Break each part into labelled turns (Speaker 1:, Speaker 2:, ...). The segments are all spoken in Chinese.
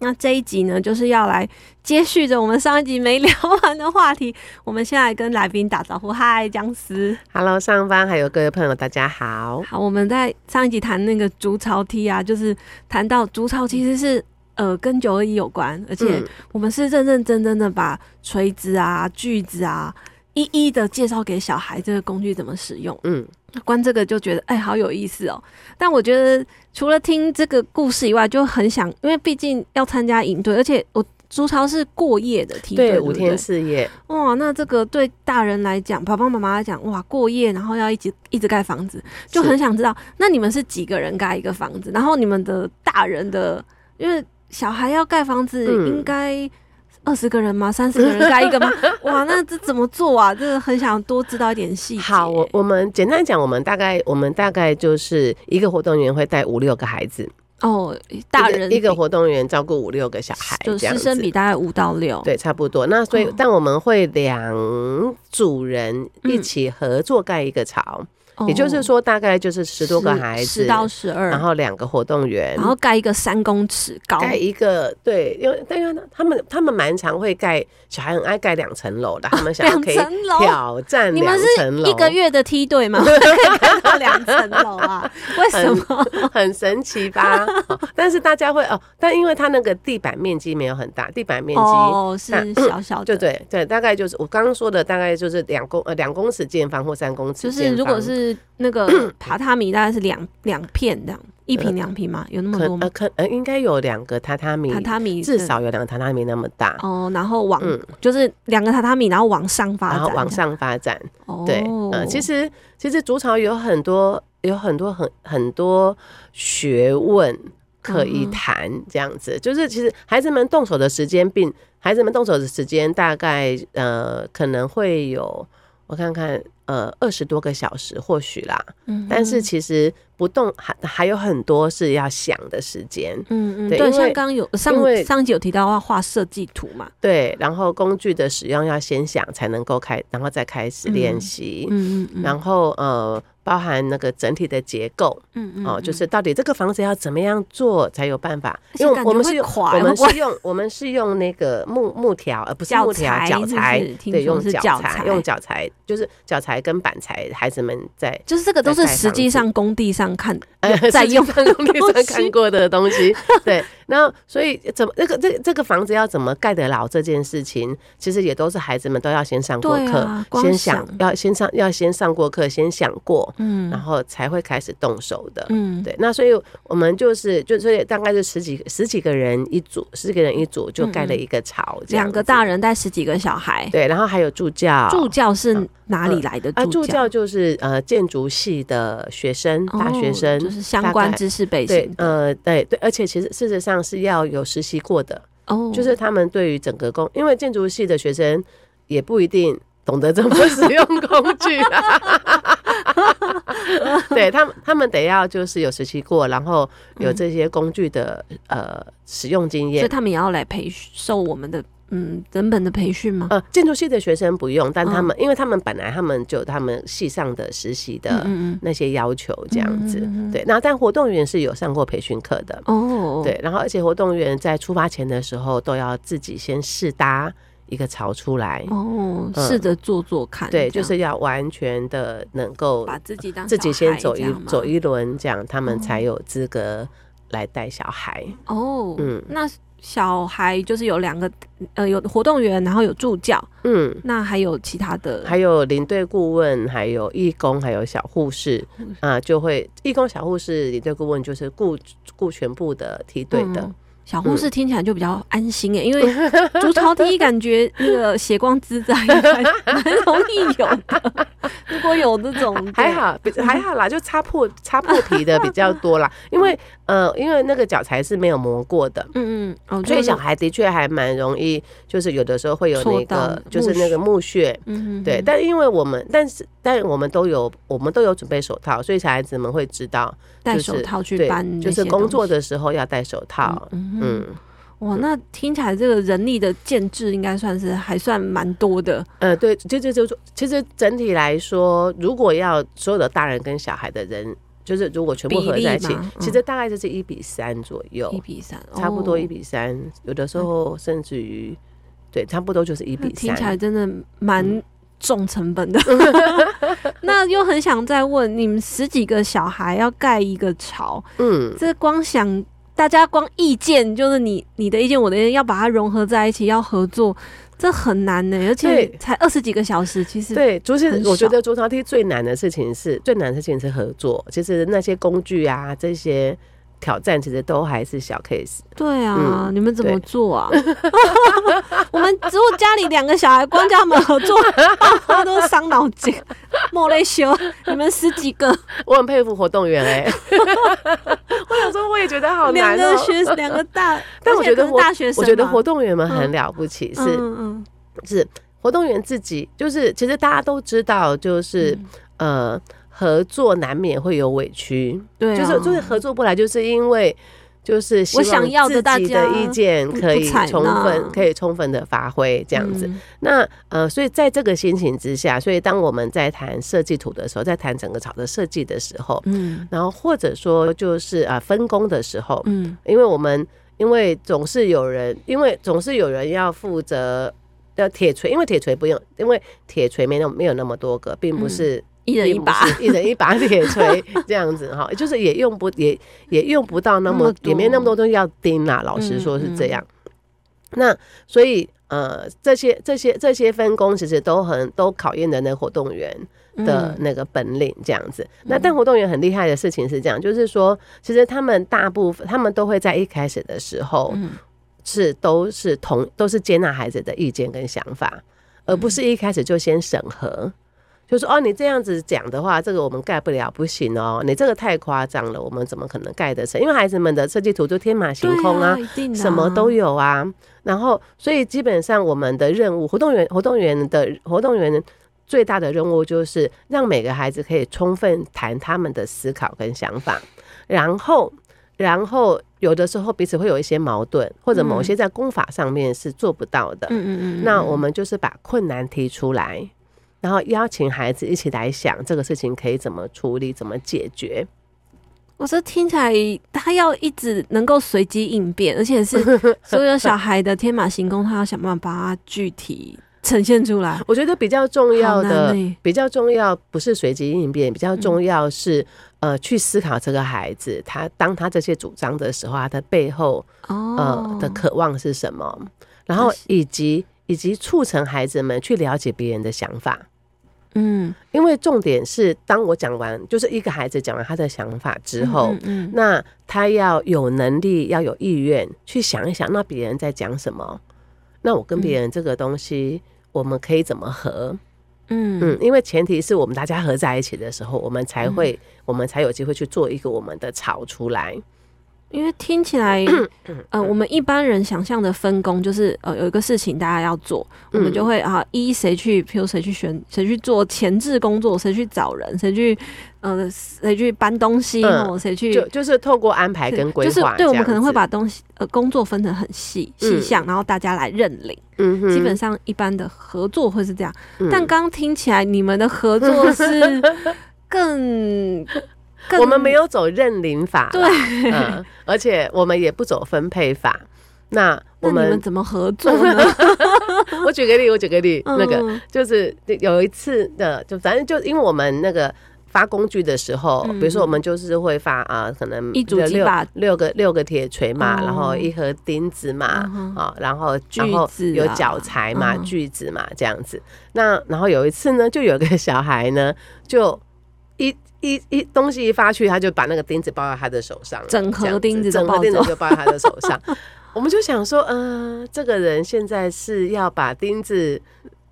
Speaker 1: 那这一集呢，就是要来接续着我们上一集没聊完的话题。我们先来跟来宾打招呼，嗨，姜思。
Speaker 2: Hello，上方还有各位朋友，大家好。
Speaker 1: 好，我们在上一集谈那个竹巢梯啊，就是谈到竹巢其实是呃跟九二一有关，而且
Speaker 2: 嗯
Speaker 1: 我们是认认真真的把锤子啊、锯子啊一一的介绍给小孩这个工具怎么使用。
Speaker 2: 嗯，
Speaker 1: 关这个就觉得哎、好有意思哦。但我觉得除了听这个故事以外，就很想，因为毕竟要参加营队，而且我朱超是过夜的梯队，
Speaker 2: 对，
Speaker 1: 对不
Speaker 2: 五
Speaker 1: 对
Speaker 2: 天四夜，
Speaker 1: 哇，那这个对大人来讲，爸爸妈妈来讲，哇，过夜然后要一直一直盖房子，就很想知道，那你们是几个人盖一个房子？然后你们的大人的，因为小孩要盖房子，
Speaker 2: 嗯
Speaker 1: 应该二十个人吗？三十个人盖一 个吗？哇，那这怎么做啊？这个很想多知道一点细节。
Speaker 2: 好，我我们简单讲，我们大概我们大概就是一个活动员会带五六个孩子，
Speaker 1: 哦，大人
Speaker 2: 一个一个
Speaker 1: 比
Speaker 2: 活动员照顾五六个小孩，
Speaker 1: 就
Speaker 2: 这样
Speaker 1: 师
Speaker 2: 子
Speaker 1: 生比大概五到六，
Speaker 2: 对，差不多。那所以，
Speaker 1: 哦嗯
Speaker 2: 但我们会两组人一起合作盖一个巢，
Speaker 1: 哦，
Speaker 2: 也就是说，大概就是十多个孩子，
Speaker 1: 十到十二，
Speaker 2: 然后两个活动员，
Speaker 1: 然后盖一个三公尺高，
Speaker 2: 盖一个对，因为但是他们他们蛮常会盖，小孩很爱盖两层楼的，他们想要
Speaker 1: 两
Speaker 2: 可以
Speaker 1: 层楼，
Speaker 2: 挑战
Speaker 1: 你们
Speaker 2: 两层
Speaker 1: 是
Speaker 2: 楼，
Speaker 1: 一个月的梯队吗？可以看到两层楼啊？为什么？
Speaker 2: 很神奇吧？哦但是大家会哦，但因为它那个地板面积没有很大，地板面积。
Speaker 1: 哦，是小小
Speaker 2: 就
Speaker 1: 的，
Speaker 2: 对对，大概就是我刚刚说的，大概就是两公呃两公尺见方或三公
Speaker 1: 就
Speaker 2: 尺见方，
Speaker 1: 是如果是那 个榻榻米，大概是两两片这样，一
Speaker 2: 呃
Speaker 1: 平两平吗？有那么
Speaker 2: 可
Speaker 1: 多吗
Speaker 2: 呃？可呃应该有两个榻呃榻米，
Speaker 1: 榻榻米
Speaker 2: 至
Speaker 1: 的
Speaker 2: 少有两个榻榻米那么大，
Speaker 1: 哦，然后往
Speaker 2: 嗯
Speaker 1: 就是两个榻榻米，然后往上发
Speaker 2: 然
Speaker 1: 展，
Speaker 2: 后往上发展。
Speaker 1: 哦，
Speaker 2: 对，呃，其实其实竹巢有很多有很多很很多学问可以
Speaker 1: 嗯哼
Speaker 2: 谈，这样子、就是其实孩子们动手的时间，并孩子们动手的时间大概呃可能会有我看看呃二十多个小时或许啦，
Speaker 1: 嗯哼，
Speaker 2: 但是其实不动还还有很多是要想的时间，
Speaker 1: 嗯嗯，
Speaker 2: 对
Speaker 1: 对，
Speaker 2: 因
Speaker 1: 像
Speaker 2: 为
Speaker 1: 刚刚有上
Speaker 2: 因为
Speaker 1: 上集有提到要画设计图嘛，
Speaker 2: 对，然后工具的使用要先想才能够开，然后再开始练
Speaker 1: 嗯
Speaker 2: 习，
Speaker 1: 嗯嗯嗯，
Speaker 2: 然后呃包含那个整体的结构。
Speaker 1: 嗯嗯
Speaker 2: 哦，
Speaker 1: 嗯
Speaker 2: 就是到底这个房子要怎么样做才有办法？
Speaker 1: 而且
Speaker 2: 因为
Speaker 1: 感
Speaker 2: 我
Speaker 1: 觉
Speaker 2: 们
Speaker 1: 会
Speaker 2: 是用
Speaker 1: 垮欸
Speaker 2: 我们
Speaker 1: 会
Speaker 2: 是用我们是用那个木木条，呃而不是
Speaker 1: 脚
Speaker 2: 木条
Speaker 1: 材
Speaker 2: 脚
Speaker 1: 是不
Speaker 2: 材
Speaker 1: 是，听
Speaker 2: 对，
Speaker 1: 说
Speaker 2: 用
Speaker 1: 是
Speaker 2: 脚
Speaker 1: 脚
Speaker 2: 材
Speaker 1: 材
Speaker 2: 用脚材，就是脚材跟板材，孩子们 在
Speaker 1: 就是这个都是
Speaker 2: 在盖
Speaker 1: 实际
Speaker 2: 房子
Speaker 1: 上工地上看
Speaker 2: 呃
Speaker 1: 在
Speaker 2: 实际
Speaker 1: 用
Speaker 2: 上
Speaker 1: 的
Speaker 2: 工地
Speaker 1: 东
Speaker 2: 上
Speaker 1: 西
Speaker 2: 看过的东西。对，那所以怎么那个这这个房子要怎么盖得牢这件事情，其实也都是孩子们都要先上过
Speaker 1: 对
Speaker 2: 课
Speaker 1: 啊，光
Speaker 2: 先想
Speaker 1: 想
Speaker 2: 要先上要先上过课，先想过，
Speaker 1: 嗯
Speaker 2: 然后才会开始动手的。
Speaker 1: 嗯，
Speaker 2: 对，那所以我们就是就所以大概就十几十几个人一组，十几个人一组就盖了一个巢，这样
Speaker 1: 嗯两个
Speaker 2: 子
Speaker 1: 大人带十几个小孩，
Speaker 2: 对，然后还有助教，
Speaker 1: 助教是哪里来的
Speaker 2: 啊助
Speaker 1: 教？
Speaker 2: 教就是呃建筑系的学生，
Speaker 1: 哦
Speaker 2: 大学生，
Speaker 1: 就是相
Speaker 2: 大
Speaker 1: 关
Speaker 2: 概
Speaker 1: 知识背
Speaker 2: 对
Speaker 1: 景，的
Speaker 2: 呃对对，而且其实事实上是要有实习过的，
Speaker 1: 哦，
Speaker 2: 就是他们对于整个工，因为建筑系的学生也不一定懂得怎么 使用工具、啊。 对他们，他们得要就是有实习过，然后
Speaker 1: 嗯
Speaker 2: 有这些工具的、呃使用经
Speaker 1: 所以
Speaker 2: 验。
Speaker 1: 他们也要来培训受我们的嗯人本的培训吗？
Speaker 2: 呃，建筑系的学生不用，但他们、因为他们本来他们就有他们系上的实习
Speaker 1: 嗯
Speaker 2: 的
Speaker 1: 嗯嗯，
Speaker 2: 那些要求这样子。
Speaker 1: 嗯嗯嗯
Speaker 2: 对，那但活动员是有上过培训课的。
Speaker 1: 哦，
Speaker 2: 对，然后而且活动员在出发前的时候都要自己先试搭一个巢出来。
Speaker 1: 哦，
Speaker 2: 嗯
Speaker 1: 试着做做看，
Speaker 2: 对，就
Speaker 1: 这样
Speaker 2: 是要完全的能够
Speaker 1: 把自己当
Speaker 2: 自己
Speaker 1: 小
Speaker 2: 先
Speaker 1: 孩
Speaker 2: 走
Speaker 1: 这
Speaker 2: 一
Speaker 1: 样吗
Speaker 2: 走一轮，这样他们
Speaker 1: 哦
Speaker 2: 才有资格来带小孩。
Speaker 1: 哦，
Speaker 2: 嗯
Speaker 1: 那小孩就是有两个呃有活动员，然后有助教，
Speaker 2: 嗯，
Speaker 1: 那还有其他的，
Speaker 2: 还有领队顾问，还有义工，还有小护士啊、就会义工、小护士、领队顾问就是顾顾全部的梯队的。
Speaker 1: 嗯小护士听起来就比较安心哎、因 为竹槽第一感觉那个血光之灾还蛮容易有的。 如果有这种，对
Speaker 2: 还，好，比还好啦，就擦破擦破皮的比较多 啦，因为呃，因为那个脚材是没有磨过的，
Speaker 1: 嗯嗯，哦，
Speaker 2: 所
Speaker 1: 就
Speaker 2: 以
Speaker 1: 是
Speaker 2: 小，孩的确还蛮容易，就是有的时候会有
Speaker 1: 戳
Speaker 2: 那
Speaker 1: 到
Speaker 2: 个就是那个木屑，
Speaker 1: 嗯嗯，
Speaker 2: 对，
Speaker 1: 嗯
Speaker 2: 但因为我们但是但我们都有我们都有准备手套，所以小孩子们会知道，
Speaker 1: 戴
Speaker 2: 就是
Speaker 1: 手套去
Speaker 2: 对
Speaker 1: 搬，，
Speaker 2: 就是工作的时候要戴手套，
Speaker 1: 嗯嗯，
Speaker 2: 嗯，
Speaker 1: 哇，那听起来这个人力的建制应该算是还算蛮多的，
Speaker 2: 呃，对，就就就就其实整体来说，如果要所有的大人跟小孩的人，就是如果全部
Speaker 1: 比
Speaker 2: 合
Speaker 1: 例
Speaker 2: 在一起
Speaker 1: 嘛，
Speaker 2: 其
Speaker 1: 嗯
Speaker 2: 实大概就是一比三左右
Speaker 1: 一，比三，
Speaker 2: 差不多
Speaker 1: 哦嗯
Speaker 2: 一比三，有的时候甚至于。对，差不多就是一
Speaker 1: 那
Speaker 2: 比
Speaker 1: 听起
Speaker 2: 三嗯
Speaker 1: 来。真的蛮重成本 的。那又很想再问，你们十几个小孩要盖一个巢，
Speaker 2: 嗯，
Speaker 1: 这光想大家光意见，就是你你的意见，我的意见，要把它融合在一起，要合作，这很难呢、而且
Speaker 2: 对
Speaker 1: 才二十几个小时，其实
Speaker 2: 对，竹
Speaker 1: 很
Speaker 2: 是我觉
Speaker 1: 少
Speaker 2: 得竹槽梯最难的事情是最难的事情是合作。其实那些工具啊，这些挑战其实都还是小 case。
Speaker 1: 对啊，
Speaker 2: 嗯
Speaker 1: 你们怎么
Speaker 2: 对
Speaker 1: 做啊？ 我们如果家里两个小孩，光叫他们合作，他都伤脑 筋，莫雷修，你们十几个，
Speaker 2: 我很佩服活动员哎、 我想说我也觉得好
Speaker 1: 两
Speaker 2: 难
Speaker 1: 个
Speaker 2: 哦、
Speaker 1: 学两个大，
Speaker 2: 但
Speaker 1: 而
Speaker 2: 我
Speaker 1: 且
Speaker 2: 觉得
Speaker 1: 可是大学生嘛，
Speaker 2: 我觉得活动员们
Speaker 1: 嗯
Speaker 2: 很了不起，
Speaker 1: 嗯
Speaker 2: 是
Speaker 1: 嗯
Speaker 2: 是活动员自己就是其实大家都知道，就是
Speaker 1: 嗯
Speaker 2: 呃合作难免会有委屈，
Speaker 1: 对啊，
Speaker 2: 就是就是合作不来，就是因为就是希
Speaker 1: 我
Speaker 2: 望
Speaker 1: 想要的
Speaker 2: 自
Speaker 1: 大
Speaker 2: 己
Speaker 1: 家
Speaker 2: 的意见
Speaker 1: 不不
Speaker 2: 可以
Speaker 1: 采
Speaker 2: 充
Speaker 1: 纳嗯
Speaker 2: 分可以充分的发挥
Speaker 1: 这
Speaker 2: 这样子。，那呃，所以在这个心情之下，所以当我们在谈设计图的时候，在谈整个草的设计的时候，
Speaker 1: 嗯
Speaker 2: 然后或者说就是啊、呃分工的时候，
Speaker 1: 嗯，
Speaker 2: 因为我们因为总是有人，因为总是有人要负责。要铁锤，因为铁锤不用，因为铁锤没那么没有那么多个，并不
Speaker 1: 嗯
Speaker 2: 是
Speaker 1: 一人一
Speaker 2: 并不
Speaker 1: 把，
Speaker 2: 是一人一把铁锤这样子哈，就是也用不也也用不到那
Speaker 1: 那么
Speaker 2: 么
Speaker 1: 多嗯
Speaker 2: 也没那么多东西要盯啦。老实说是这样。那所以呃，这些这些这些分工其实都很都考验的那活动员的
Speaker 1: 嗯
Speaker 2: 那个本领这样子。那但活动员很厉害的事情是这样，就是说其实他们大部分他们都会在一开始的时候
Speaker 1: 嗯
Speaker 2: 是都是同都是接纳孩子的意见跟想法，而不是一开始就先审核，就说哦，你这样子讲的话，这个我们盖不了，不行哦，你这个太夸张了，我们怎么可能盖得成？因为孩子们的设计图就天马行空啊，
Speaker 1: 对一定的啊
Speaker 2: 什么都，有啊。然后，所以基本上我们的任务，活动员活动员的活动员最大的任务就是让每个孩子可以充分谈他们的思考跟想法，然后，然后有的时候彼此会有一些矛盾，或者某些在功法上面是做不到的。
Speaker 1: 嗯嗯嗯，
Speaker 2: 那我们就是把困难提出来。然后邀请孩子一起来想这个事情可以怎么处理、怎么解决。
Speaker 1: 我这听起来他要一直能够随机应变，而且 是所有小孩的天马行空，他要想办法把它具体呈现出 来。
Speaker 2: 我觉得比较重要
Speaker 1: 好
Speaker 2: 的
Speaker 1: 难欸嗯
Speaker 2: 比较重要不是随机应变，比较重要是、呃去思考这个孩子他当他这些主张的时候，他的背后呃、
Speaker 1: 哦
Speaker 2: 的渴望是什么，然后
Speaker 1: 那是
Speaker 2: 以及以及促成孩子们去了解别人的想法。
Speaker 1: 嗯
Speaker 2: 因为重点是，当我讲完，就是一个孩子讲完他的想法之后，
Speaker 1: 嗯嗯
Speaker 2: 那他要有能力，要有意愿去想一想，那别人在讲什么？那我跟别人这个东西，我们可以怎么合？
Speaker 1: 嗯
Speaker 2: 嗯，因为前提是我们大家合在一起的时候，我们才会，我们才有机会去做一个我们的草出来。
Speaker 1: 因为听起来，
Speaker 2: 嗯
Speaker 1: 呃，我们一般人想象的分工就是，呃，有一个事情大家要做，我们
Speaker 2: 嗯
Speaker 1: 就会啊，一谁去，譬如谁去选，谁去做前置工作，谁去找人，谁去，呃，谁去搬东西，
Speaker 2: 嗯
Speaker 1: 哦，谁去
Speaker 2: 就就是透过安排
Speaker 1: 对
Speaker 2: 跟规
Speaker 1: 就是
Speaker 2: 划这
Speaker 1: 对我
Speaker 2: 样子，
Speaker 1: 们可能会把东西呃工作分成很细细
Speaker 2: 嗯
Speaker 1: 项，然后大家来认领。
Speaker 2: 嗯哼，
Speaker 1: 基本上一般的合作会是这样，
Speaker 2: 嗯
Speaker 1: 但刚听起来你们的合作 是更更
Speaker 2: 我们没有走认领法，
Speaker 1: 对，，
Speaker 2: 嗯，而且我们也不走分配法。那
Speaker 1: 那
Speaker 2: 我
Speaker 1: 你
Speaker 2: 们，
Speaker 1: 们怎么合作呢？
Speaker 2: 我举个例，我举个例， 那个
Speaker 1: 嗯
Speaker 2: 就是有一次的，就反正就因为我们那个发工具的时候，
Speaker 1: 嗯
Speaker 2: 比如说我们就是会发啊、呃可能
Speaker 1: 一组几
Speaker 2: 六
Speaker 1: 把
Speaker 2: 六个六个铁锤嘛，
Speaker 1: 哦
Speaker 2: 然后一盒钉子嘛，啊、
Speaker 1: 嗯哼
Speaker 2: 然后
Speaker 1: 锯
Speaker 2: 然后
Speaker 1: 子啊
Speaker 2: 有脚材嘛、
Speaker 1: 嗯
Speaker 2: 锯子嘛这样子。那然后有一次呢，就有一个小孩呢，就一。一一东西一发去，他就把那个钉子抱在他的手上了，
Speaker 1: 整盒
Speaker 2: 这样子
Speaker 1: 钉子都
Speaker 2: 整
Speaker 1: 抱
Speaker 2: 盒钉子
Speaker 1: 走
Speaker 2: 就抱在他的手上。 我们就想说，嗯、这个人现在是要把钉子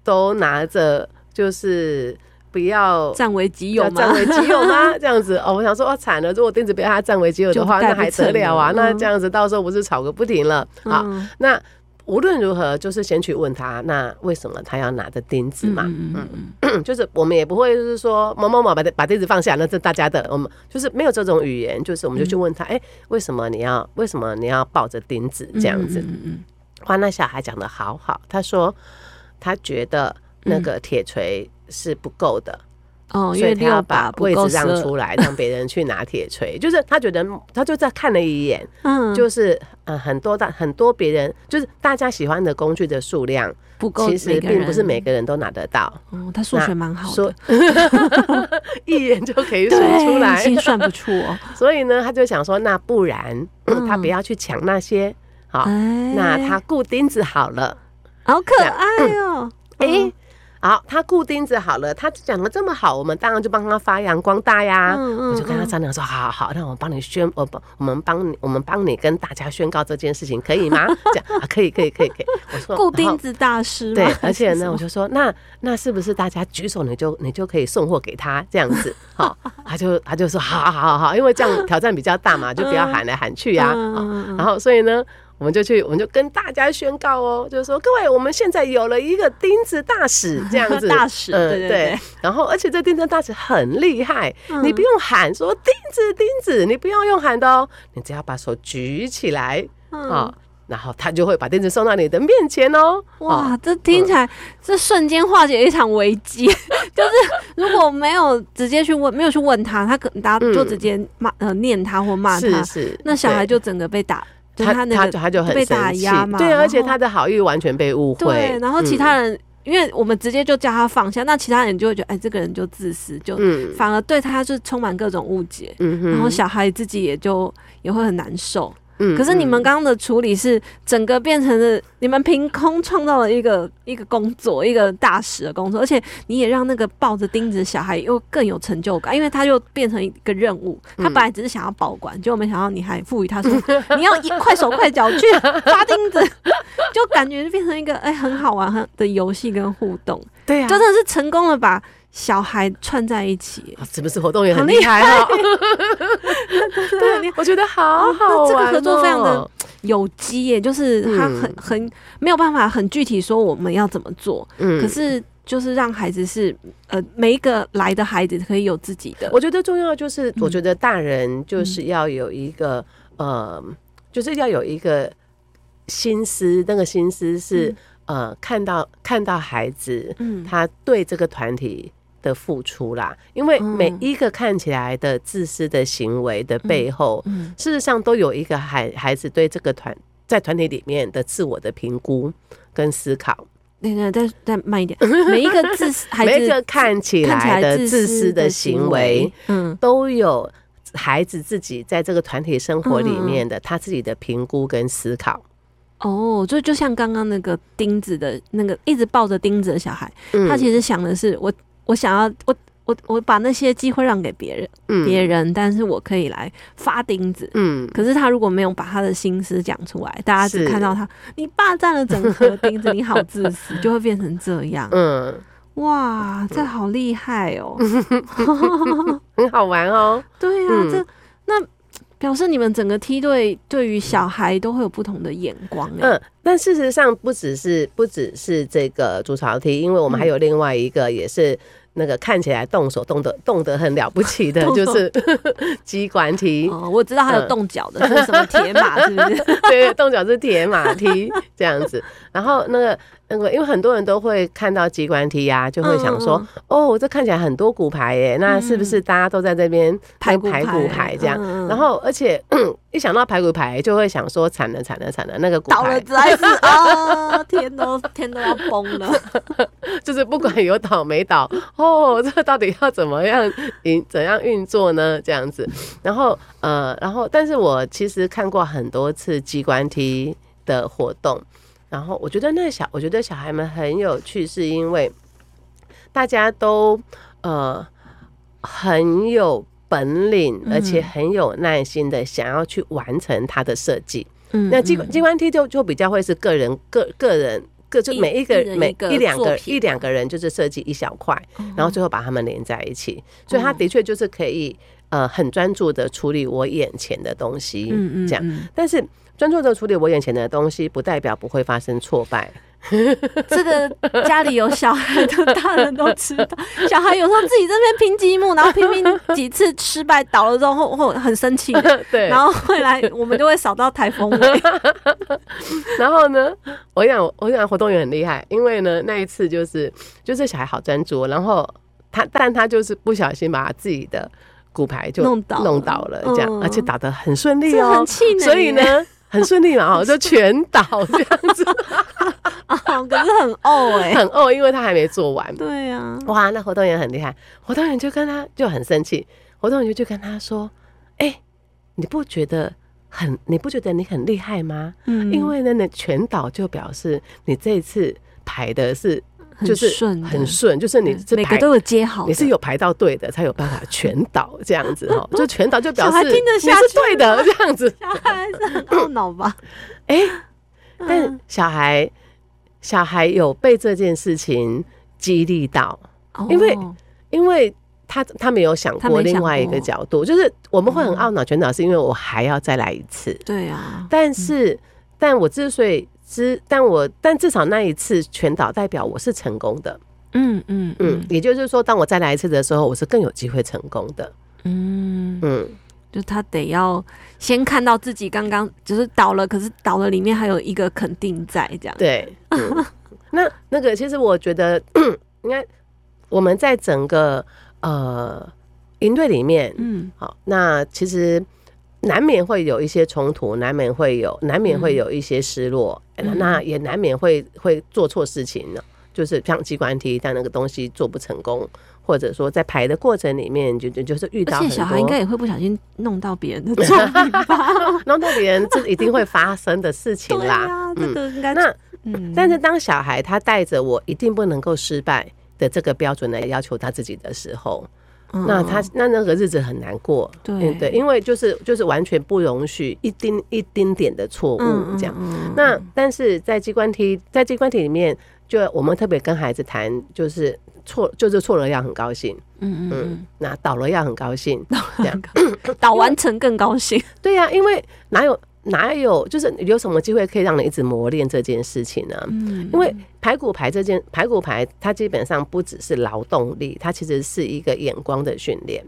Speaker 2: 都拿着，就是不要
Speaker 1: 占为己有
Speaker 2: 要
Speaker 1: 吗？
Speaker 2: 占为己有吗？ 这样子哦，我想说，哦，惨了，如果钉子被他占为己有的话，
Speaker 1: 就带
Speaker 2: 那
Speaker 1: 不
Speaker 2: 还得
Speaker 1: 成
Speaker 2: 了啊？
Speaker 1: 了
Speaker 2: 那
Speaker 1: 嗯
Speaker 2: 这样子到时候不是吵个不停了啊？
Speaker 1: 嗯
Speaker 2: 那无论如何，就是先去问他，那为什么他要拿着钉子嘛？
Speaker 1: 嗯嗯嗯
Speaker 2: 嗯就是我们也不会就是说某某某把把钉子放下，那是大家的，我们就是没有这种语言，就是我们就去问他，哎、为什么你要为什么你要抱着钉子
Speaker 1: 嗯
Speaker 2: 这样子？
Speaker 1: 嗯嗯
Speaker 2: 哇，那小孩讲的好好，他说他觉得那个铁锤是不够的，
Speaker 1: 嗯哦，因
Speaker 2: 所
Speaker 1: 为
Speaker 2: 以他
Speaker 1: 六
Speaker 2: 要
Speaker 1: 把
Speaker 2: 把
Speaker 1: 不
Speaker 2: 位
Speaker 1: 够
Speaker 2: 置
Speaker 1: 十
Speaker 2: 让
Speaker 1: 二，
Speaker 2: 出来，让别人去拿铁锤。就是他觉得他就在看了一眼，
Speaker 1: 嗯，
Speaker 2: 就是呃很多大很多别人就是大家喜欢的工具的数量，
Speaker 1: 不够
Speaker 2: 其实
Speaker 1: 每个
Speaker 2: 并不是
Speaker 1: 人
Speaker 2: 每个人都拿得到。
Speaker 1: 哦，他数
Speaker 2: 那
Speaker 1: 学蛮好
Speaker 2: 所
Speaker 1: 的
Speaker 2: 以，一眼就可以数出
Speaker 1: 对，
Speaker 2: 来，
Speaker 1: 心算不错哦。
Speaker 2: 所以呢，他就想说，那不然、
Speaker 1: 嗯
Speaker 2: 他不要去抢那些， 好，
Speaker 1: 哎
Speaker 2: 那他固钉子好了。
Speaker 1: 好可爱哦，
Speaker 2: 哎、
Speaker 1: 嗯
Speaker 2: 好，他固钉子好了，他讲的这么好，我们当然就帮他发扬光大呀。
Speaker 1: 嗯嗯
Speaker 2: 啊我就跟他商量说，好好好，那我帮你宣，我帮我们帮你，我们帮你跟大家宣告这件事情，可 以吗？这样啊，可以，可以，可以，可以。我说
Speaker 1: 嗯固
Speaker 2: 然
Speaker 1: 定
Speaker 2: 后
Speaker 1: 子大师
Speaker 2: 对
Speaker 1: 嘛，
Speaker 2: 而且
Speaker 1: 是什
Speaker 2: 呢，
Speaker 1: 么
Speaker 2: 我就说，那那是不是大家举手你就你就可以送货给他这样 子？好，他就他就说，好好好好，因为这样挑战比较大嘛，就不要喊来喊去啊。
Speaker 1: 嗯
Speaker 2: 好
Speaker 1: 嗯嗯
Speaker 2: 然后所以呢，我们就去，我们就跟大家宣告哦，就是说各位，我们现在有了一个钉子大使这样子， 嗯
Speaker 1: 大使对对对
Speaker 2: 然后而且这钉子大使很厉害，
Speaker 1: 嗯
Speaker 2: 你不用喊说钉子钉子，你不要用喊的哦，你只要把手举起来啊、
Speaker 1: 嗯，
Speaker 2: 然后他就会把钉子送到你的面前哦。哦
Speaker 1: 哇，这听起来这瞬间化解一场危机， 就是如果没有直接去问，没有去问他，他可大家
Speaker 2: 嗯
Speaker 1: 就直接骂呃念他或骂他
Speaker 2: 是，是，
Speaker 1: 那小孩
Speaker 2: 对。
Speaker 1: 就整个被打，就
Speaker 2: 他
Speaker 1: 他那
Speaker 2: 他
Speaker 1: 个
Speaker 2: 就他就很
Speaker 1: 被
Speaker 2: 生
Speaker 1: 打
Speaker 2: 气
Speaker 1: 压嘛
Speaker 2: 对，
Speaker 1: 然
Speaker 2: 而且
Speaker 1: 后
Speaker 2: 他的好意完全被误会。
Speaker 1: 对，然后其
Speaker 2: 嗯
Speaker 1: 他人，因为我们直接就叫他放下，那其他人就会觉得，哎，这个人就自私，就
Speaker 2: 嗯
Speaker 1: 反而对他是充满各种误解，
Speaker 2: 嗯哼
Speaker 1: 然后小孩自己也就也会很难受。
Speaker 2: 嗯
Speaker 1: 可是你们
Speaker 2: 嗯
Speaker 1: 刚刚的处理是整个变成了你们凭空创造了一个一个工作，一个大使的工作，而且你也让那个抱着钉子的小孩又更有成就感，因为他又变成一个任务，他
Speaker 2: 嗯
Speaker 1: 本来只是想要保管，结果没想到你还赋予他说你要一快手快脚去抓钉子， 就感觉就变成一个哎、很好玩很的游戏跟互动，
Speaker 2: 对啊，
Speaker 1: 就真的是成功的把小孩串在一起。
Speaker 2: 啊是不是活动也很
Speaker 1: 很厉
Speaker 2: 厉害 哦？啊
Speaker 1: 对， 你
Speaker 2: 我觉得好好
Speaker 1: 那
Speaker 2: 玩、哦
Speaker 1: 这个合作非常的有机耶，就是他很、
Speaker 2: 嗯
Speaker 1: 很没有办法很具体说我们要怎么做，
Speaker 2: 嗯
Speaker 1: 可是就是让孩子是呃每一个来的孩子可以有自己的，
Speaker 2: 我觉得重要就是，我
Speaker 1: 嗯
Speaker 2: 觉得大人就是要有一个、呃，就是要有一个心思，那个心思是、呃，看到看到孩子
Speaker 1: 嗯
Speaker 2: 他对这个团体。的付出啦，因为
Speaker 1: 嗯
Speaker 2: 每一个看起来的自私的行为的背后，
Speaker 1: 嗯
Speaker 2: 事实上都有一个孩孩子对这个团在团体里面的自我的评估跟思考。
Speaker 1: 那个再再慢 一点，每一个自私孩子
Speaker 2: 每一个看起
Speaker 1: 看起
Speaker 2: 来的
Speaker 1: 来
Speaker 2: 自私
Speaker 1: 私
Speaker 2: 的
Speaker 1: 的
Speaker 2: 行为，，
Speaker 1: 嗯
Speaker 2: 都有孩子自己在这个团体生活里面的他自己的评估跟思考。
Speaker 1: 哦，就就像刚刚那个钉子的那个一直抱着钉子的小孩，
Speaker 2: 嗯
Speaker 1: 他其实想的是我我想要我我我把那些机会让给别人别
Speaker 2: 嗯
Speaker 1: 人，但是我可以来发钉子，
Speaker 2: 嗯，
Speaker 1: 可是他如果没有把他的心思讲出来，大家只
Speaker 2: 是
Speaker 1: 看到他，你霸占了整颗钉子，你好自 私，就会变成这样。
Speaker 2: 嗯，
Speaker 1: 哇，这好厉害哦！
Speaker 2: 很好玩哦。
Speaker 1: 对啊，
Speaker 2: 嗯
Speaker 1: 这那表示你们整个梯队对于小孩都会有不同的眼光哎、
Speaker 2: 嗯，但事实上不只是不只是这个筑巢梯，因为我们还有另外一个也是。那个看起来动手动得动得很了不起的，
Speaker 1: 动手
Speaker 2: 就是 机关梯，
Speaker 1: 哦，我知道还有动脚的，是什么铁马，是不是？
Speaker 2: 对，动脚是铁马踢这样子。然后那个那个，因为很多人都会看到机关梯呀、就会想说，
Speaker 1: 嗯
Speaker 2: 哦，这看起来很多骨牌耶，那是不是大家都在这边
Speaker 1: 排骨
Speaker 2: 骨排骨牌这样？
Speaker 1: 嗯
Speaker 2: 然后而且 一想到排骨牌，就会想说惨了惨了惨了，那个骨
Speaker 1: 倒了
Speaker 2: 牌
Speaker 1: 之后是啊，天都天都要崩了。
Speaker 2: 就是不管有倒没倒，哦，这到底要怎么样运怎样运作呢？这样子，然后呃，然后但是我其实看过很多次机关梯的活动，然后我觉得那小我觉得小孩们很有趣，是因为大家都呃很有本领，而且很有耐心的想要去完成他的设计。
Speaker 3: 嗯
Speaker 2: 那机机关梯就就比较会是个人个个人个就
Speaker 1: 一
Speaker 2: 每一个
Speaker 1: 一人一
Speaker 2: 每
Speaker 1: 个
Speaker 2: 一两
Speaker 1: 作
Speaker 2: 个
Speaker 1: 品
Speaker 2: 一两个人就是设计一小块，然后最后把它们连在一起，所以他
Speaker 1: 哦
Speaker 2: 的确就是可以呃很专注的处理我眼前的东西，
Speaker 3: 嗯嗯
Speaker 2: 这样。
Speaker 1: 嗯，
Speaker 2: 但是专注的处理我眼前的东西，不代表不会发生挫败。
Speaker 1: 这个家里有小孩的大人都知 道，小孩有时候自己这边拼积木，然后拼拼几次失败倒了之后，会会很生气的，
Speaker 2: 对
Speaker 1: 然后会来我们就会扫到台风 尾。
Speaker 2: 然后呢，我跟你讲，我跟你讲，活动员很厉害，因为呢，那一次就是就是小孩好专注，哦然后他，但他就是不小心把自己的骨牌就
Speaker 1: 弄倒了
Speaker 2: 弄倒了，这样，
Speaker 1: 嗯
Speaker 2: 而且打得很顺利
Speaker 1: 这
Speaker 2: 哦
Speaker 1: 很，气馁耶
Speaker 2: 所以呢，很顺利嘛，哦，就全倒这样子，
Speaker 1: 啊，可是很怄哎、
Speaker 2: 很哦，因为他还没做完。
Speaker 1: 对呀、啊，
Speaker 2: 哇，那活动员很厉害，活动员就跟他就很生气，活动员就跟他说：“哎、你不觉得很，你不觉得你很厉害吗？”
Speaker 1: 嗯
Speaker 2: 因为呢，你全倒就表示你这一次排的是就是
Speaker 1: 很顺的
Speaker 2: 很顺，就是你是
Speaker 1: 每
Speaker 2: 排
Speaker 1: 个都有接好，
Speaker 2: 你是。有排到对的，才有办法全倒这样 子哈。就全倒就表
Speaker 1: 小孩
Speaker 2: 示
Speaker 1: 听得
Speaker 2: 你
Speaker 1: 下
Speaker 2: 是
Speaker 1: 去
Speaker 2: 对的这 样子。
Speaker 1: 小孩是很懊恼吧？
Speaker 2: 哎，
Speaker 1: 嗯
Speaker 2: 但小孩小孩有被这件事情激励到，因为
Speaker 1: 哦
Speaker 2: 因为。他他没有想
Speaker 1: 他
Speaker 2: 过
Speaker 1: 没想
Speaker 2: 另外一个
Speaker 1: 过嗯
Speaker 2: 角度，就是我们会很懊恼全倒，是因为我还要再来一次。
Speaker 1: 对啊，
Speaker 2: 但是，但我之所以知，但我但至少那一次全倒，代表我是成功的。
Speaker 1: 嗯嗯
Speaker 2: 嗯，
Speaker 1: 嗯
Speaker 2: 也就是说，当我再来一次的时候，我是更有机会成功的。
Speaker 1: 嗯，
Speaker 2: 嗯，
Speaker 1: 就他得要先看到自己刚刚就是倒了，可是倒了里面还有一个肯定在这样。
Speaker 2: 对。嗯 那那个，其实我觉得， 应该我们在整个呃营队里面，
Speaker 1: 嗯，
Speaker 2: 好，那其实难免会有一些冲突，难免会有，难免会有一些失落，哎
Speaker 1: 嗯嗯
Speaker 2: 那也难免会会做错事情呢。就是像机关梯，但那个东西做不成功，或者说在排的过程里面，就就就是遇到
Speaker 1: 而
Speaker 2: 很
Speaker 1: 且
Speaker 2: 多
Speaker 1: 小孩应该也会不小心弄到别人 的作品吧？
Speaker 2: 弄到别人，这一定会发生的事 情
Speaker 1: 对
Speaker 2: 啦。
Speaker 1: 啊，这
Speaker 2: 嗯，
Speaker 1: 个应该
Speaker 2: 那
Speaker 1: 嗯
Speaker 2: 但是当小孩他带着我一定不能够失败的这个标准来要求他自己的时候，那他那那个日子很难过，
Speaker 1: 嗯对
Speaker 2: 嗯对，因为就是就是完全不容许一丁一丁点的错
Speaker 1: 嗯
Speaker 2: 误这样。
Speaker 1: 样
Speaker 2: 那但是在机关题在机关题里面，就我们特别跟孩子谈，就是错就是错了要很高兴，
Speaker 1: 嗯
Speaker 2: 嗯
Speaker 1: 嗯，
Speaker 2: 那倒了要很高兴，这样
Speaker 1: 嗯，倒完成更高兴。
Speaker 2: 对呀、因为哪有哪有就是有什么机会可以让你一直磨练这件事情呢？
Speaker 1: 嗯
Speaker 2: 因为排骨牌这件排骨牌，它基本上不只是劳动力，它其实是一个眼光的训练。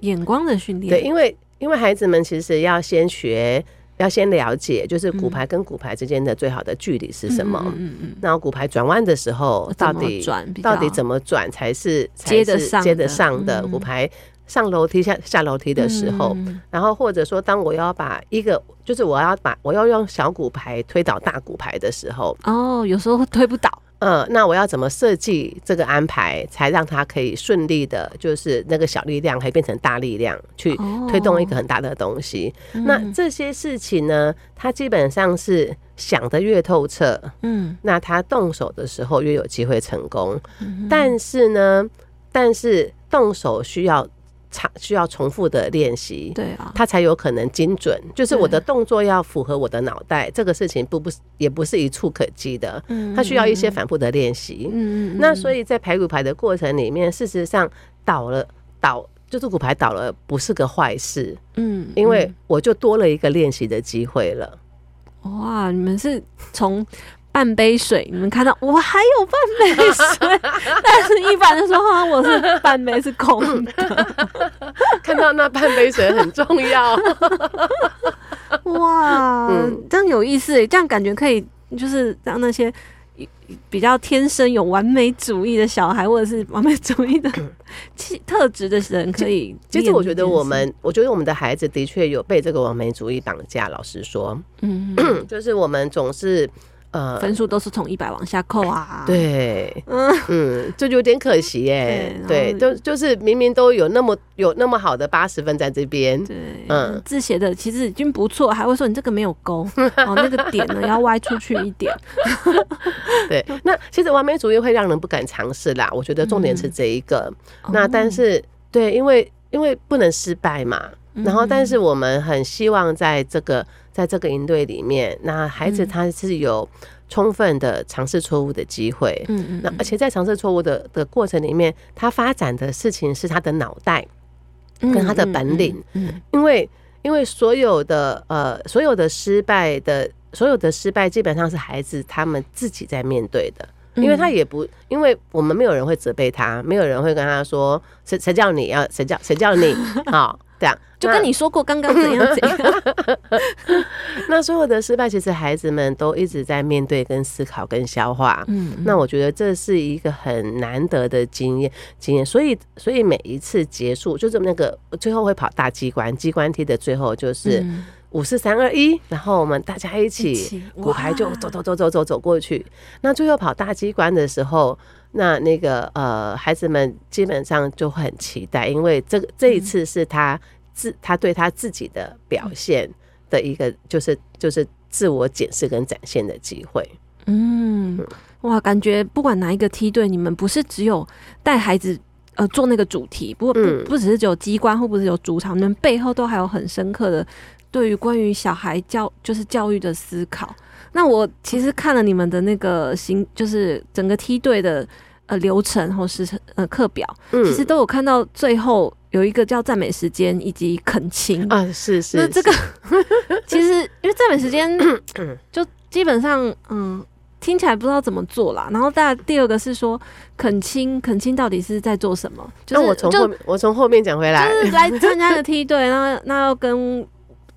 Speaker 1: 眼光的训练，
Speaker 2: 对，因为因为孩子们其实要先学，要先了解，就是骨牌跟骨牌之间的最好的距离是什么。
Speaker 1: 嗯嗯嗯
Speaker 2: 然后骨牌转弯的时候
Speaker 1: 嗯，，
Speaker 2: 到底
Speaker 1: 转比较
Speaker 2: 到底怎么转才是才
Speaker 1: 接得
Speaker 2: 是
Speaker 1: 上
Speaker 2: 接得
Speaker 1: 的
Speaker 2: 上的？
Speaker 1: 嗯
Speaker 2: 骨牌上楼梯下下楼梯的时候，
Speaker 1: 嗯
Speaker 2: 然后或者说，当我要把一个就是我要把我要用小骨牌推倒大骨牌的时候，
Speaker 1: 哦，有时候推不倒，
Speaker 2: 嗯，那我要怎么设计这个安排，才让它可以顺利的，就是那个小力量可以变成大力量，去
Speaker 1: 哦嗯
Speaker 2: 推动一个很大的东西？那这些事情呢，它基本上是想得越透彻，
Speaker 1: 嗯
Speaker 2: 那他动手的时候越有机会成功。
Speaker 1: 嗯
Speaker 2: 但是呢，但是动手需要长需要重复的练习，
Speaker 1: 对啊，
Speaker 2: 它才有可能精准。就是
Speaker 1: 对
Speaker 2: 我的动作要符合我的脑袋，这个事情不不也不是一触可及的，
Speaker 1: 嗯
Speaker 2: 它需要一些反复的练习。
Speaker 1: 嗯嗯，
Speaker 2: 那所
Speaker 1: 以
Speaker 2: 以在排骨牌的过程里面，事实上倒了倒。就是骨牌倒了不是个坏事，
Speaker 1: 嗯
Speaker 2: 因为我就多了一个练习的机会了。
Speaker 1: 哇，你们是从半杯水，你们看到我还有半杯水， 但是一般的说哈，我是半杯是空的，
Speaker 2: 看到那半杯水很重 要。
Speaker 1: 哇，
Speaker 2: 嗯
Speaker 1: 这样有意思耶，欸这样感觉可以就是让那些。比较天生有完美主义的小孩，或者是完美主义 的 气特质的人，可以练这件事。
Speaker 2: 其实我觉得我们，我觉得我们的孩子的确有被这个完美主义绑架。老实说，
Speaker 1: 嗯，嗯嗯
Speaker 2: 就是我们总是呃，
Speaker 1: 分数都是从一百往下扣啊。，
Speaker 2: 对，
Speaker 1: 嗯，
Speaker 2: 嗯，这就有点可惜耶、
Speaker 1: 对
Speaker 2: 对，
Speaker 1: 然后
Speaker 2: 都就是明明都有那么有那么好的八十分在这边，
Speaker 1: 对，
Speaker 2: 嗯
Speaker 1: 字写的其实已经不错，还会说你这个没有勾，哦，那个点 呢要歪出去一点。
Speaker 2: 对。
Speaker 1: 嗯
Speaker 2: 那其实完美主义会让人不敢尝试啦。我觉得重点是这一个。 那但
Speaker 1: 嗯哦，
Speaker 2: 是
Speaker 1: 嗯
Speaker 2: 对，因为因为不能失败嘛。然后，但是我们很希望在这个在这个营队里面，那孩子
Speaker 1: 嗯
Speaker 2: 他是有充分的尝试错误的机会。
Speaker 1: 嗯嗯，
Speaker 2: 那而且在尝试错误的的过程里面，他发展的事情是他的脑袋，
Speaker 1: 嗯
Speaker 2: 呃跟他的本领，
Speaker 1: 嗯嗯
Speaker 2: 因为因为所有的呃所有的失败的所有的失败基本上是孩子他们自己在面对的，
Speaker 1: 嗯
Speaker 2: 因为他也不因为我们没有人会责备他，没有人会跟他说谁谁叫你要谁叫谁 叫你好、这样
Speaker 1: 就跟
Speaker 2: 那
Speaker 1: 你说过刚刚怎样怎 样，
Speaker 2: 那所有的失败，其实孩子们都一直在面对、跟思考、跟消化。
Speaker 1: 嗯，
Speaker 2: 那我觉得这是一个很难得的经验，经验。所以，所以每一次结束，就是那个最后会跑大机关，机关梯的最后就是
Speaker 1: 嗯
Speaker 2: 五四三二一，然后我们大家一
Speaker 1: 一
Speaker 2: 起
Speaker 1: 起
Speaker 2: 骨牌就
Speaker 1: 哇
Speaker 2: 走走走走走走过去。那最后跑大机关的时候，那那个呃，孩子们基本上就会很期待，因为这个这一次是他自他对他自己的表现的一个，就是就是自我检视跟展现的机会。
Speaker 1: 嗯，哇，感觉不管哪一个梯队，你们不是只有带孩子呃做那个主题，不过不、
Speaker 2: 嗯
Speaker 1: 不只是只有机关或不只有主场，你们背后都还有很深刻的对于关于小孩教就是教育的思考。那我其实看了你们的那个行，就是整个梯队的呃流程或是呃课表，
Speaker 2: 嗯
Speaker 1: 其实都有看到最后有一个叫赞美时间以及恳亲
Speaker 2: 啊，是是，
Speaker 1: 那这个 其实因为赞美时 间就基本上嗯听起来不知道怎么做啦。然后大家第二个是说恳亲，恳亲到底是在做什么？就是
Speaker 2: 那我从
Speaker 1: 就
Speaker 2: 后面我从后面讲回来，
Speaker 1: 就是来参加的梯队， 那那要跟。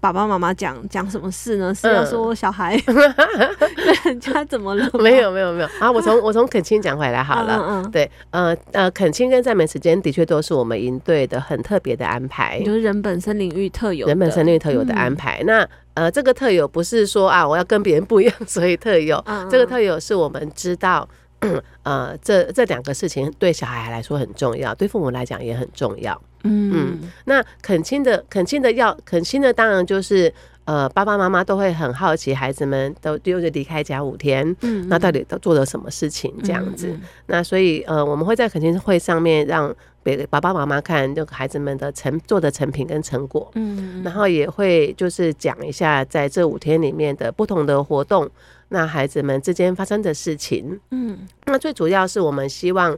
Speaker 1: 爸爸妈妈讲讲什么事呢？是要
Speaker 2: 嗯
Speaker 1: 说小孩 对人家怎么了？
Speaker 2: 没有没有没有啊，我从我从恳亲讲回来好了。
Speaker 1: 嗯，嗯
Speaker 2: 对，呃呃，恳亲跟赞美时间的确都是我们营队的很特别的安排
Speaker 1: 嗯，就是人本身领域特有的，嗯
Speaker 2: 人本身律特有的安排。那呃，这个特有不是说啊，我要跟别人不一样， 所以特有。
Speaker 1: 嗯，嗯
Speaker 2: 这个特有是我们知道， 呃，这这两个事情对小孩来说很重要，对父母来讲也很重要。
Speaker 1: 嗯
Speaker 2: 那恳亲的恳亲的要恳亲的，当然就是呃，爸爸妈妈都会很好奇，孩子们都丢着离开家五天，
Speaker 1: 嗯
Speaker 2: 那到底都做了什么事情这样子？，那所以呃，我们会在恳亲会上面让给爸爸妈妈看这个孩子们的成做的成品跟成果。
Speaker 1: 嗯嗯嗯
Speaker 2: 然后也会就是讲一下在这五天里面的不同的活动，那孩子们之间发生的事情。
Speaker 1: 嗯
Speaker 2: 那最主要是我们希望，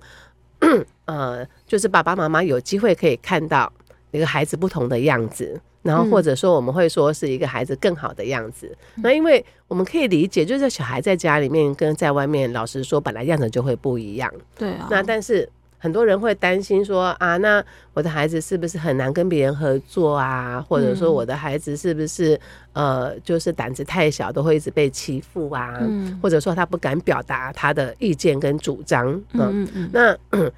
Speaker 2: 呃，就是爸爸妈妈有机会可以看到一个孩子不同的样子，然后
Speaker 1: 嗯
Speaker 2: 或者说我们会说是一个孩子更好的样子。那因为我们可以理解，就是小孩在家里面跟在外面，老实说，本来样子就会不一样。
Speaker 1: 对啊，
Speaker 2: 那但是很多人会担心说啊，那我的孩子是不是很难跟别人合作啊？或者说
Speaker 1: 嗯
Speaker 2: 我的孩子是不是呃，就是胆子太小，都会一直被欺负啊？
Speaker 1: 嗯
Speaker 2: 或者说他不敢表达他的意见跟主张，
Speaker 1: 嗯
Speaker 2: 嗯，
Speaker 1: 嗯
Speaker 2: 那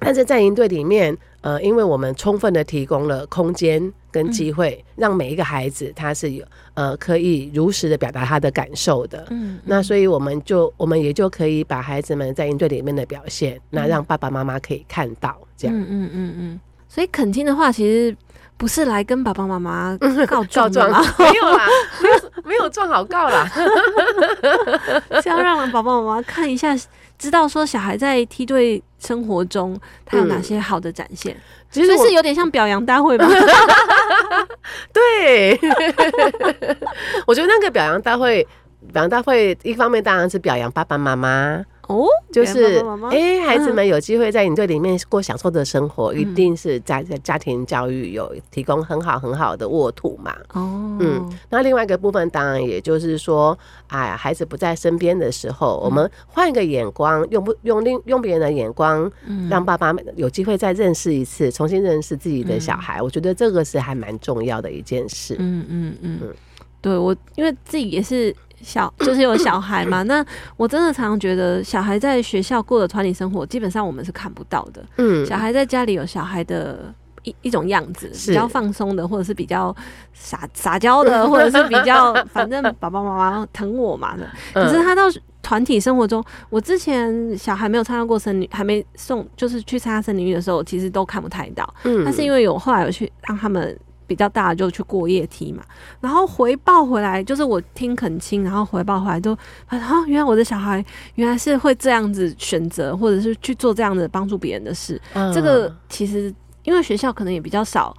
Speaker 2: 但是在营队里面，呃，因为我们充分的提供了空间
Speaker 1: 嗯
Speaker 2: 跟机会，让每一个孩子他是有呃可以如实的表达他的感受的，
Speaker 1: 嗯，
Speaker 2: 那所以我们就我们也就可以把孩子们在营队里面的表现，那让爸爸妈妈可以看到，这样、
Speaker 1: 嗯嗯嗯嗯。所以肯定的话，其实不是来跟爸爸妈 妈告
Speaker 2: 告
Speaker 1: 状
Speaker 2: 状
Speaker 1: 的嘛，
Speaker 2: 没有啦，没 有没有状好告啦，
Speaker 1: 是要让爸爸妈妈看一下，知道说小孩在梯队生活中他有哪些好的展现，
Speaker 2: 嗯其
Speaker 1: 所以
Speaker 2: 我
Speaker 1: 是有点像表扬大 会吧？
Speaker 2: 对， 我觉得那个表扬大会，表扬大会一方面当然是表扬爸爸妈妈，
Speaker 1: 哦，
Speaker 2: 就是
Speaker 1: 表扬爸爸妈妈
Speaker 2: 哎、孩子们有机会在营队里面过享受的生活，一
Speaker 1: 嗯
Speaker 2: 定是家家庭教育有提供很好很好的沃土嘛。
Speaker 1: 哦，
Speaker 2: 嗯那另外一个部分，当然也就是说，哎，孩子不在身边的时候，我
Speaker 1: 嗯
Speaker 2: 们换一个眼光，用不用另用别人的眼光，
Speaker 1: 嗯
Speaker 2: 让爸爸有机会再认识一次，重新认识自己的小
Speaker 1: 嗯
Speaker 2: 孩，我觉得这个是还蛮重要的一件事。
Speaker 1: 嗯嗯嗯
Speaker 2: 嗯，
Speaker 1: 对我因为自己也是小，就是有小孩嘛，那我真的常常觉得小孩在学校过的团体生活，基本上我们是看不到的。
Speaker 2: 嗯
Speaker 1: 小孩在家里有小孩的一一种样子，
Speaker 2: 是
Speaker 1: 比较放松的，或者是比较撒撒娇的， 或者是比较反正爸爸妈妈疼我嘛的。
Speaker 2: 嗯
Speaker 1: 可是他到团体生活中，我之前小孩没有参加过森林，还没送，就是去参加森林浴的时候，其实都看不太到。
Speaker 2: 嗯
Speaker 1: 但是因
Speaker 2: 为
Speaker 1: 为有后来有去让他们。比较大的就去过夜梯嘛，然后回报回来就是我听恳亲，然后回报回来都啊，原来我的小孩原来是会这样子选择，或者是
Speaker 2: 嗯
Speaker 1: 去做这样的帮助别人的事，这个其实因为学校可能也比较少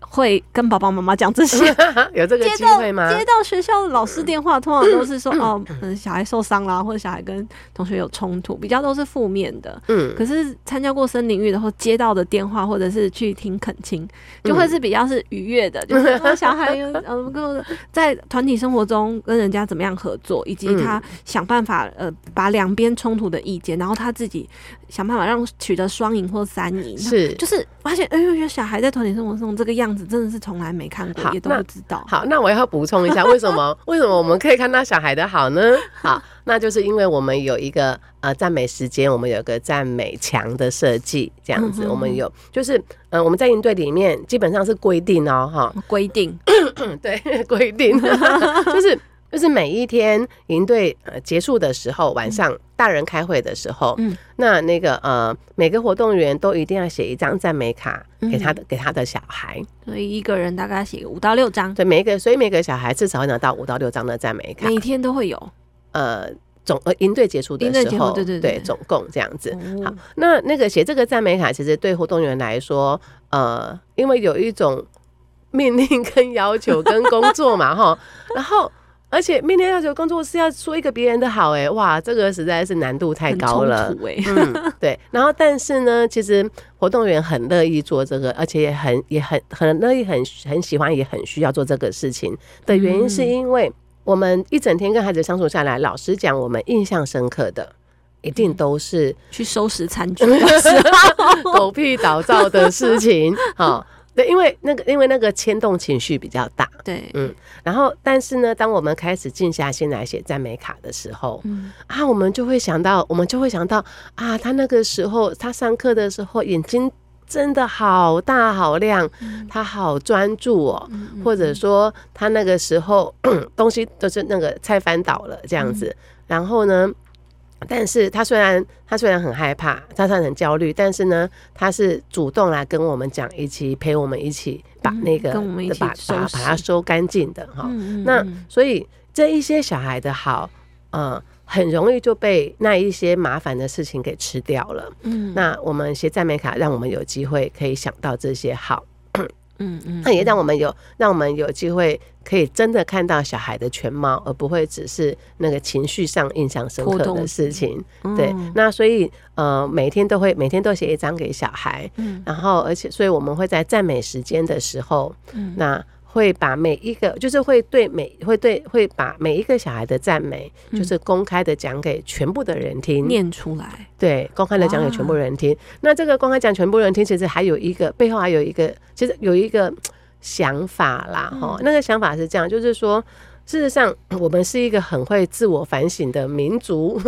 Speaker 1: 会跟爸爸妈妈讲这些。
Speaker 2: 有这个
Speaker 1: 接
Speaker 2: 机
Speaker 1: 到
Speaker 2: 会吗？
Speaker 1: 接到学校的老师电话，通常都是说哦，嗯，小孩受伤啦，或者小孩跟同学有冲突，比较都是负面的。
Speaker 2: 嗯，
Speaker 1: 可是参加过森林浴的或接到的电话，或者是去听恳亲，就会是比较是愉悦的，就是说小孩有呃，跟我在团体生活中跟人家怎么样合作，以及他想办法呃把两边冲突的意见，然后他自己想办法让取得双赢或三赢，
Speaker 2: 是
Speaker 1: 就是发现哎呦，原来小孩在团体生活中这个样子真的是从来没看过
Speaker 2: 好，
Speaker 1: 也都
Speaker 2: 那
Speaker 1: 不知道。
Speaker 2: 好，那我要补充一下，为什么为什么我们可以看到小孩的好呢？好，那就是因为我们有一个呃赞美时间，我们有一个赞美墙的设计，这样子，
Speaker 1: 嗯哼
Speaker 2: 我们有就是呃我们在应对里面基本上是规定哦，哈，
Speaker 1: 规定
Speaker 2: 对，规定 就是就是每一天营队呃结束的时候，晚上大人开会的时候，
Speaker 1: 嗯
Speaker 2: 那那个呃每个活动员都一定要写一张赞美卡给他的、给他的小孩，
Speaker 1: 所以一个人大概写五到六张，
Speaker 2: 对，每一个所以每个小孩至少会拿到五到六张的赞美卡
Speaker 1: 每，天都会有。
Speaker 2: 呃。总呃，营队结束的
Speaker 1: 营队
Speaker 2: 时
Speaker 1: 结束
Speaker 2: 候，
Speaker 1: 对对对
Speaker 2: 总共这样子。好
Speaker 1: 哦，
Speaker 2: 那那个写这个赞美卡，其实对活动员来说，呃，因为有一种命令跟要求跟工作嘛，哈， 然后而且命令要求工作是要说一个别人的好、欸，哎，哇，这个实在是难度太
Speaker 1: 很
Speaker 2: 高了
Speaker 1: 冲。突 欸
Speaker 2: 嗯，对。然后，但是呢，其实活动员很乐意做这个，而且也很、也很、很乐意、很很喜欢，也很需要做这个事情的原因，是因为我们一整天跟孩子相处下来，老实讲，我们印象深刻的，一定都是
Speaker 1: 去收拾餐具的时候，
Speaker 2: 狗屁倒灶的事情。好、对，因为那个，因为那个牵动情绪比较大。
Speaker 1: 对，
Speaker 2: 然后，但是呢，当我们开始静下心来写赞美卡的时候，
Speaker 1: 嗯，
Speaker 2: 啊，我们就会想到，我们就会想到啊，他那个时候，他上课的时候眼睛真的好大好亮，
Speaker 1: 嗯
Speaker 2: 他好专注哦，或者说他那个时候 东西就是那个菜翻倒了这样子，
Speaker 1: 嗯
Speaker 2: 然后呢？但是他虽然他虽然很害怕，他虽然很焦虑，但是呢，他是主动来跟我们讲，一起陪我们一起把
Speaker 1: 嗯
Speaker 2: 那个、
Speaker 1: 跟我们一起
Speaker 2: 把
Speaker 1: 收
Speaker 2: 把把
Speaker 1: 拾
Speaker 2: 它收干净的哈。
Speaker 1: 嗯嗯
Speaker 2: 那
Speaker 1: 嗯
Speaker 2: 所以这一些小孩的好，呃，很容易就被那一些麻烦的事情给吃掉了。
Speaker 1: 嗯
Speaker 2: 那我们写赞美卡，让我们有机会可以想到这些好，
Speaker 1: 嗯嗯
Speaker 2: 那也让我们有让我们有机会可以真的看到小孩的全貌，而不会只是那个情绪上印象深刻
Speaker 1: 波
Speaker 2: 的
Speaker 1: 动
Speaker 2: 事情。
Speaker 1: 嗯
Speaker 2: 对，那所以呃，每天都会每天都写一张给小孩，
Speaker 1: 嗯
Speaker 2: 然后而且所以我们会在赞美时间的时候，
Speaker 1: 嗯
Speaker 2: 那会把每一个就是会对每会对会把每一个小孩的赞美，就是公开的讲给全部的人听，
Speaker 1: 嗯念出来，
Speaker 2: 对，公开的讲给全部人听。那这个公开讲全部人听，其实还有一个背后还有一个，其实有一个想法啦，
Speaker 1: 嗯
Speaker 2: 哈、那个想法是这样，就是说。事实上，我们是一个很会自我反省的 民族，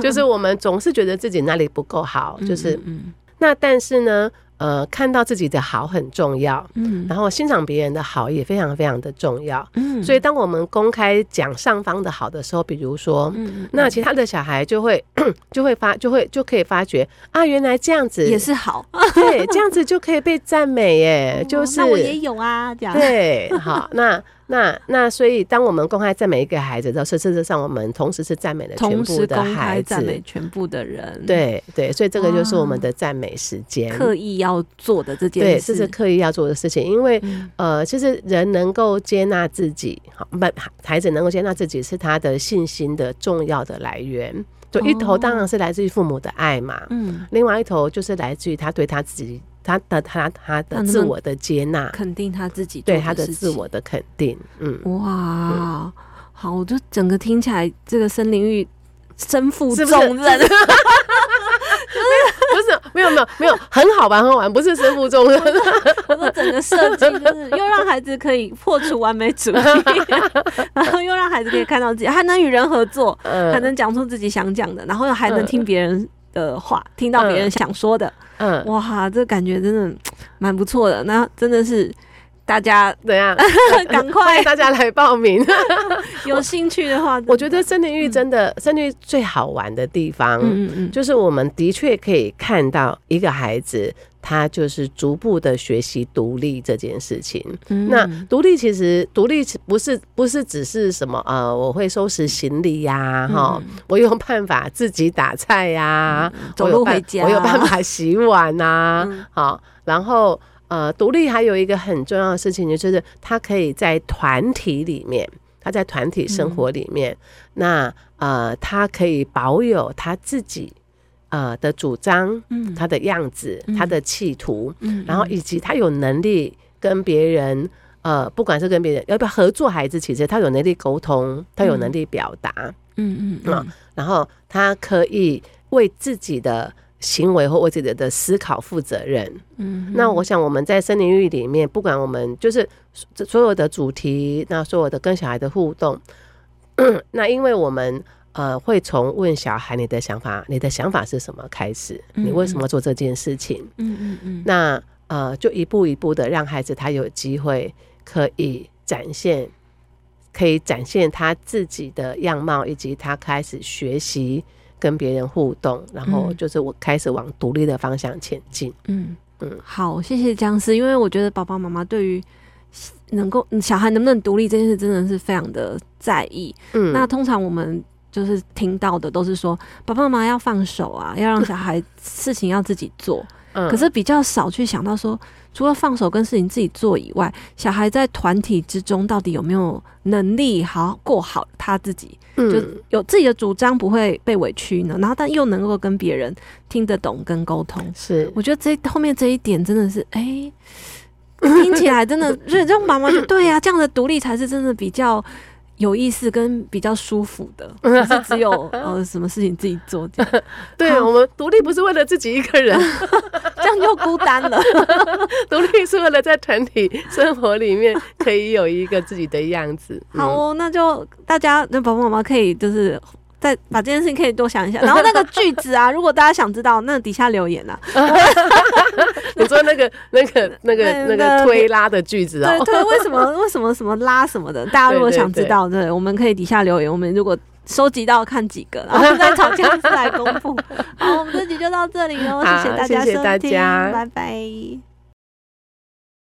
Speaker 2: 就是我们总是觉得自己哪里不够好，就是
Speaker 1: 嗯
Speaker 2: 那但是呢，呃，看到自己的好很重要，
Speaker 1: 嗯
Speaker 2: 然后欣赏别人的好也非常非常的重要。
Speaker 1: 嗯
Speaker 2: 所以，当我们公开讲上方的好的时候，比如说，
Speaker 1: 嗯
Speaker 2: 那其他的小孩就会就会发就会就可以发觉啊，原来这样子
Speaker 1: 也是好，哦
Speaker 2: 对，这样子就可以被赞美耶，就是
Speaker 1: 那我也有啊，这样
Speaker 2: 对，好，那那那所以，当我们公开赞美一个孩子的时候，事实上我们同时是赞美了全
Speaker 1: 同
Speaker 2: 部
Speaker 1: 时
Speaker 2: 的
Speaker 1: 公
Speaker 2: 孩
Speaker 1: 开赞
Speaker 2: 子
Speaker 1: 美。啊全部的人，，
Speaker 2: 对对，所以这个就是我们
Speaker 1: 哇
Speaker 2: 的赞美时间。
Speaker 1: 刻意要做的这件
Speaker 2: 对，
Speaker 1: 事，
Speaker 2: 这是刻意要做的事情，因为、
Speaker 1: 嗯
Speaker 2: 呃，其实人能够接纳自己，好，不，孩子能够接纳自己是他的信心的重要的来源。就一头
Speaker 1: 哦
Speaker 2: 当然是来自于父母的爱嘛，
Speaker 1: 嗯，
Speaker 2: 另外一头就是来自于他对他自己、他的他他
Speaker 1: 他
Speaker 2: 的
Speaker 1: 能不能
Speaker 2: 自我的接纳，
Speaker 1: 肯定他自己
Speaker 2: 对
Speaker 1: 做
Speaker 2: 他的
Speaker 1: 事
Speaker 2: 自
Speaker 1: 情
Speaker 2: 我的肯定。嗯，
Speaker 1: 哇，好，我就整个听起来，这个森林浴身负
Speaker 2: 是
Speaker 1: 重
Speaker 2: 不是
Speaker 1: 任，
Speaker 2: 不是，没有没有没有，很好玩很好玩，不是身负重任。
Speaker 1: 我说整个设计就是又让孩子可以破除完美主义， 然后又让孩子可以看到自己，还能与人合作，还
Speaker 2: 嗯
Speaker 1: 能讲出自己想讲的，然后还能听别人的话，听到别人想说的。
Speaker 2: 嗯，
Speaker 1: 哇，这感觉真的蛮不错的。那真的是大 家
Speaker 2: 怎样？
Speaker 1: 赶
Speaker 2: 欢
Speaker 1: 快
Speaker 2: 迎大家来报名。嗯
Speaker 1: 有兴趣的话，
Speaker 2: 我觉得森林浴真的，森林浴最好玩的地方，
Speaker 1: 嗯嗯嗯，
Speaker 2: 就是我们的确可以看到一个孩子，他就是逐步的学习独立这件事情。
Speaker 1: 嗯
Speaker 2: 那独立其实独立其不是不是只是什么呃，我会收拾行李呀、
Speaker 1: 嗯
Speaker 2: 哈、我有办法自己打菜呀、
Speaker 1: 嗯走
Speaker 2: 我有
Speaker 1: 路
Speaker 2: 办
Speaker 1: 回家
Speaker 2: 我有办法洗碗呐、啊
Speaker 1: 嗯
Speaker 2: 好、然后。呃，独立还有一个很重要的事情，就是他可以在团体里面，他在团体生活里面，
Speaker 1: 嗯
Speaker 2: 那呃，他可以保有他自己呃的主张、
Speaker 1: 嗯
Speaker 2: 他的样子、他的企图，
Speaker 1: 嗯
Speaker 2: 然后以及他有能力跟别人，呃，不管是跟别人要不要合作还是其实他有能力沟通，他有能力表达，
Speaker 1: 嗯嗯
Speaker 2: 啊然后他可以为自己的行为或为自己的思考负责任。
Speaker 1: 嗯，
Speaker 2: 那我想我们在森林域里面，不管我们就是所所有的主题，那所有的跟小孩的互动， 那因为我们。呃，会从问小孩你的想法，你的想法是什么开始？你为什么做这件事情？
Speaker 1: 嗯嗯嗯
Speaker 2: 那呃，就一步一步的让孩子他有机会可以展现，可以展现他自己的样貌，以及他开始学习跟别人互动，然后
Speaker 1: 嗯
Speaker 2: 就是我开始往独立的方向前进。
Speaker 1: 嗯
Speaker 2: 嗯
Speaker 1: 嗯，好，谢谢僵尸，因为我觉得爸爸妈妈对于能够嗯小孩能不能独立这件事真的是非常的在意。
Speaker 2: 嗯，
Speaker 1: 那通常我们。就是听到的都是说，爸爸妈妈要放手 啊，要让小孩事情要自己做。
Speaker 2: 嗯
Speaker 1: 可是比较少去想到说，除了放手跟事情自己做以外，小孩在团体之中到底有没有能力好过好他自己，就
Speaker 2: 嗯
Speaker 1: 有自己的主张不会被委屈呢？然后但又能够跟别人听得懂跟沟通。
Speaker 2: 是
Speaker 1: 我觉得这后面这一点真的是，哎、听起来真的就是让妈妈就对呀、这样的独立才是真的比较有意思跟比较舒服的，不是只有呃什么事情自己做这样。
Speaker 2: 对
Speaker 1: 好
Speaker 2: 我们独立不是为了自己一 个人，
Speaker 1: 这样又孤单了。
Speaker 2: 独立是为了在团体生活里面可以有一个自己的样子。 嗯
Speaker 1: 好哦，那就大家那宝宝妈妈可以就是。再把这件事情可以多想一下，然后那个句子啊，如果大家想知道，那底下留言啊，
Speaker 2: 嗯，你说那个、那个、那个、那
Speaker 1: 那个
Speaker 2: 个推拉的句子
Speaker 1: 对
Speaker 2: 哦，
Speaker 1: 对，为什 么为什么什么拉什么的，大家如果想知道，对，我们可以底下留言，我们如果收集到看几个， 然后我们再找样子来公布。好，我们这集就到这里喽，谢
Speaker 2: 好
Speaker 1: 大家
Speaker 2: 谢谢
Speaker 1: 收
Speaker 2: 大
Speaker 1: 听，
Speaker 2: 家
Speaker 1: 拜拜。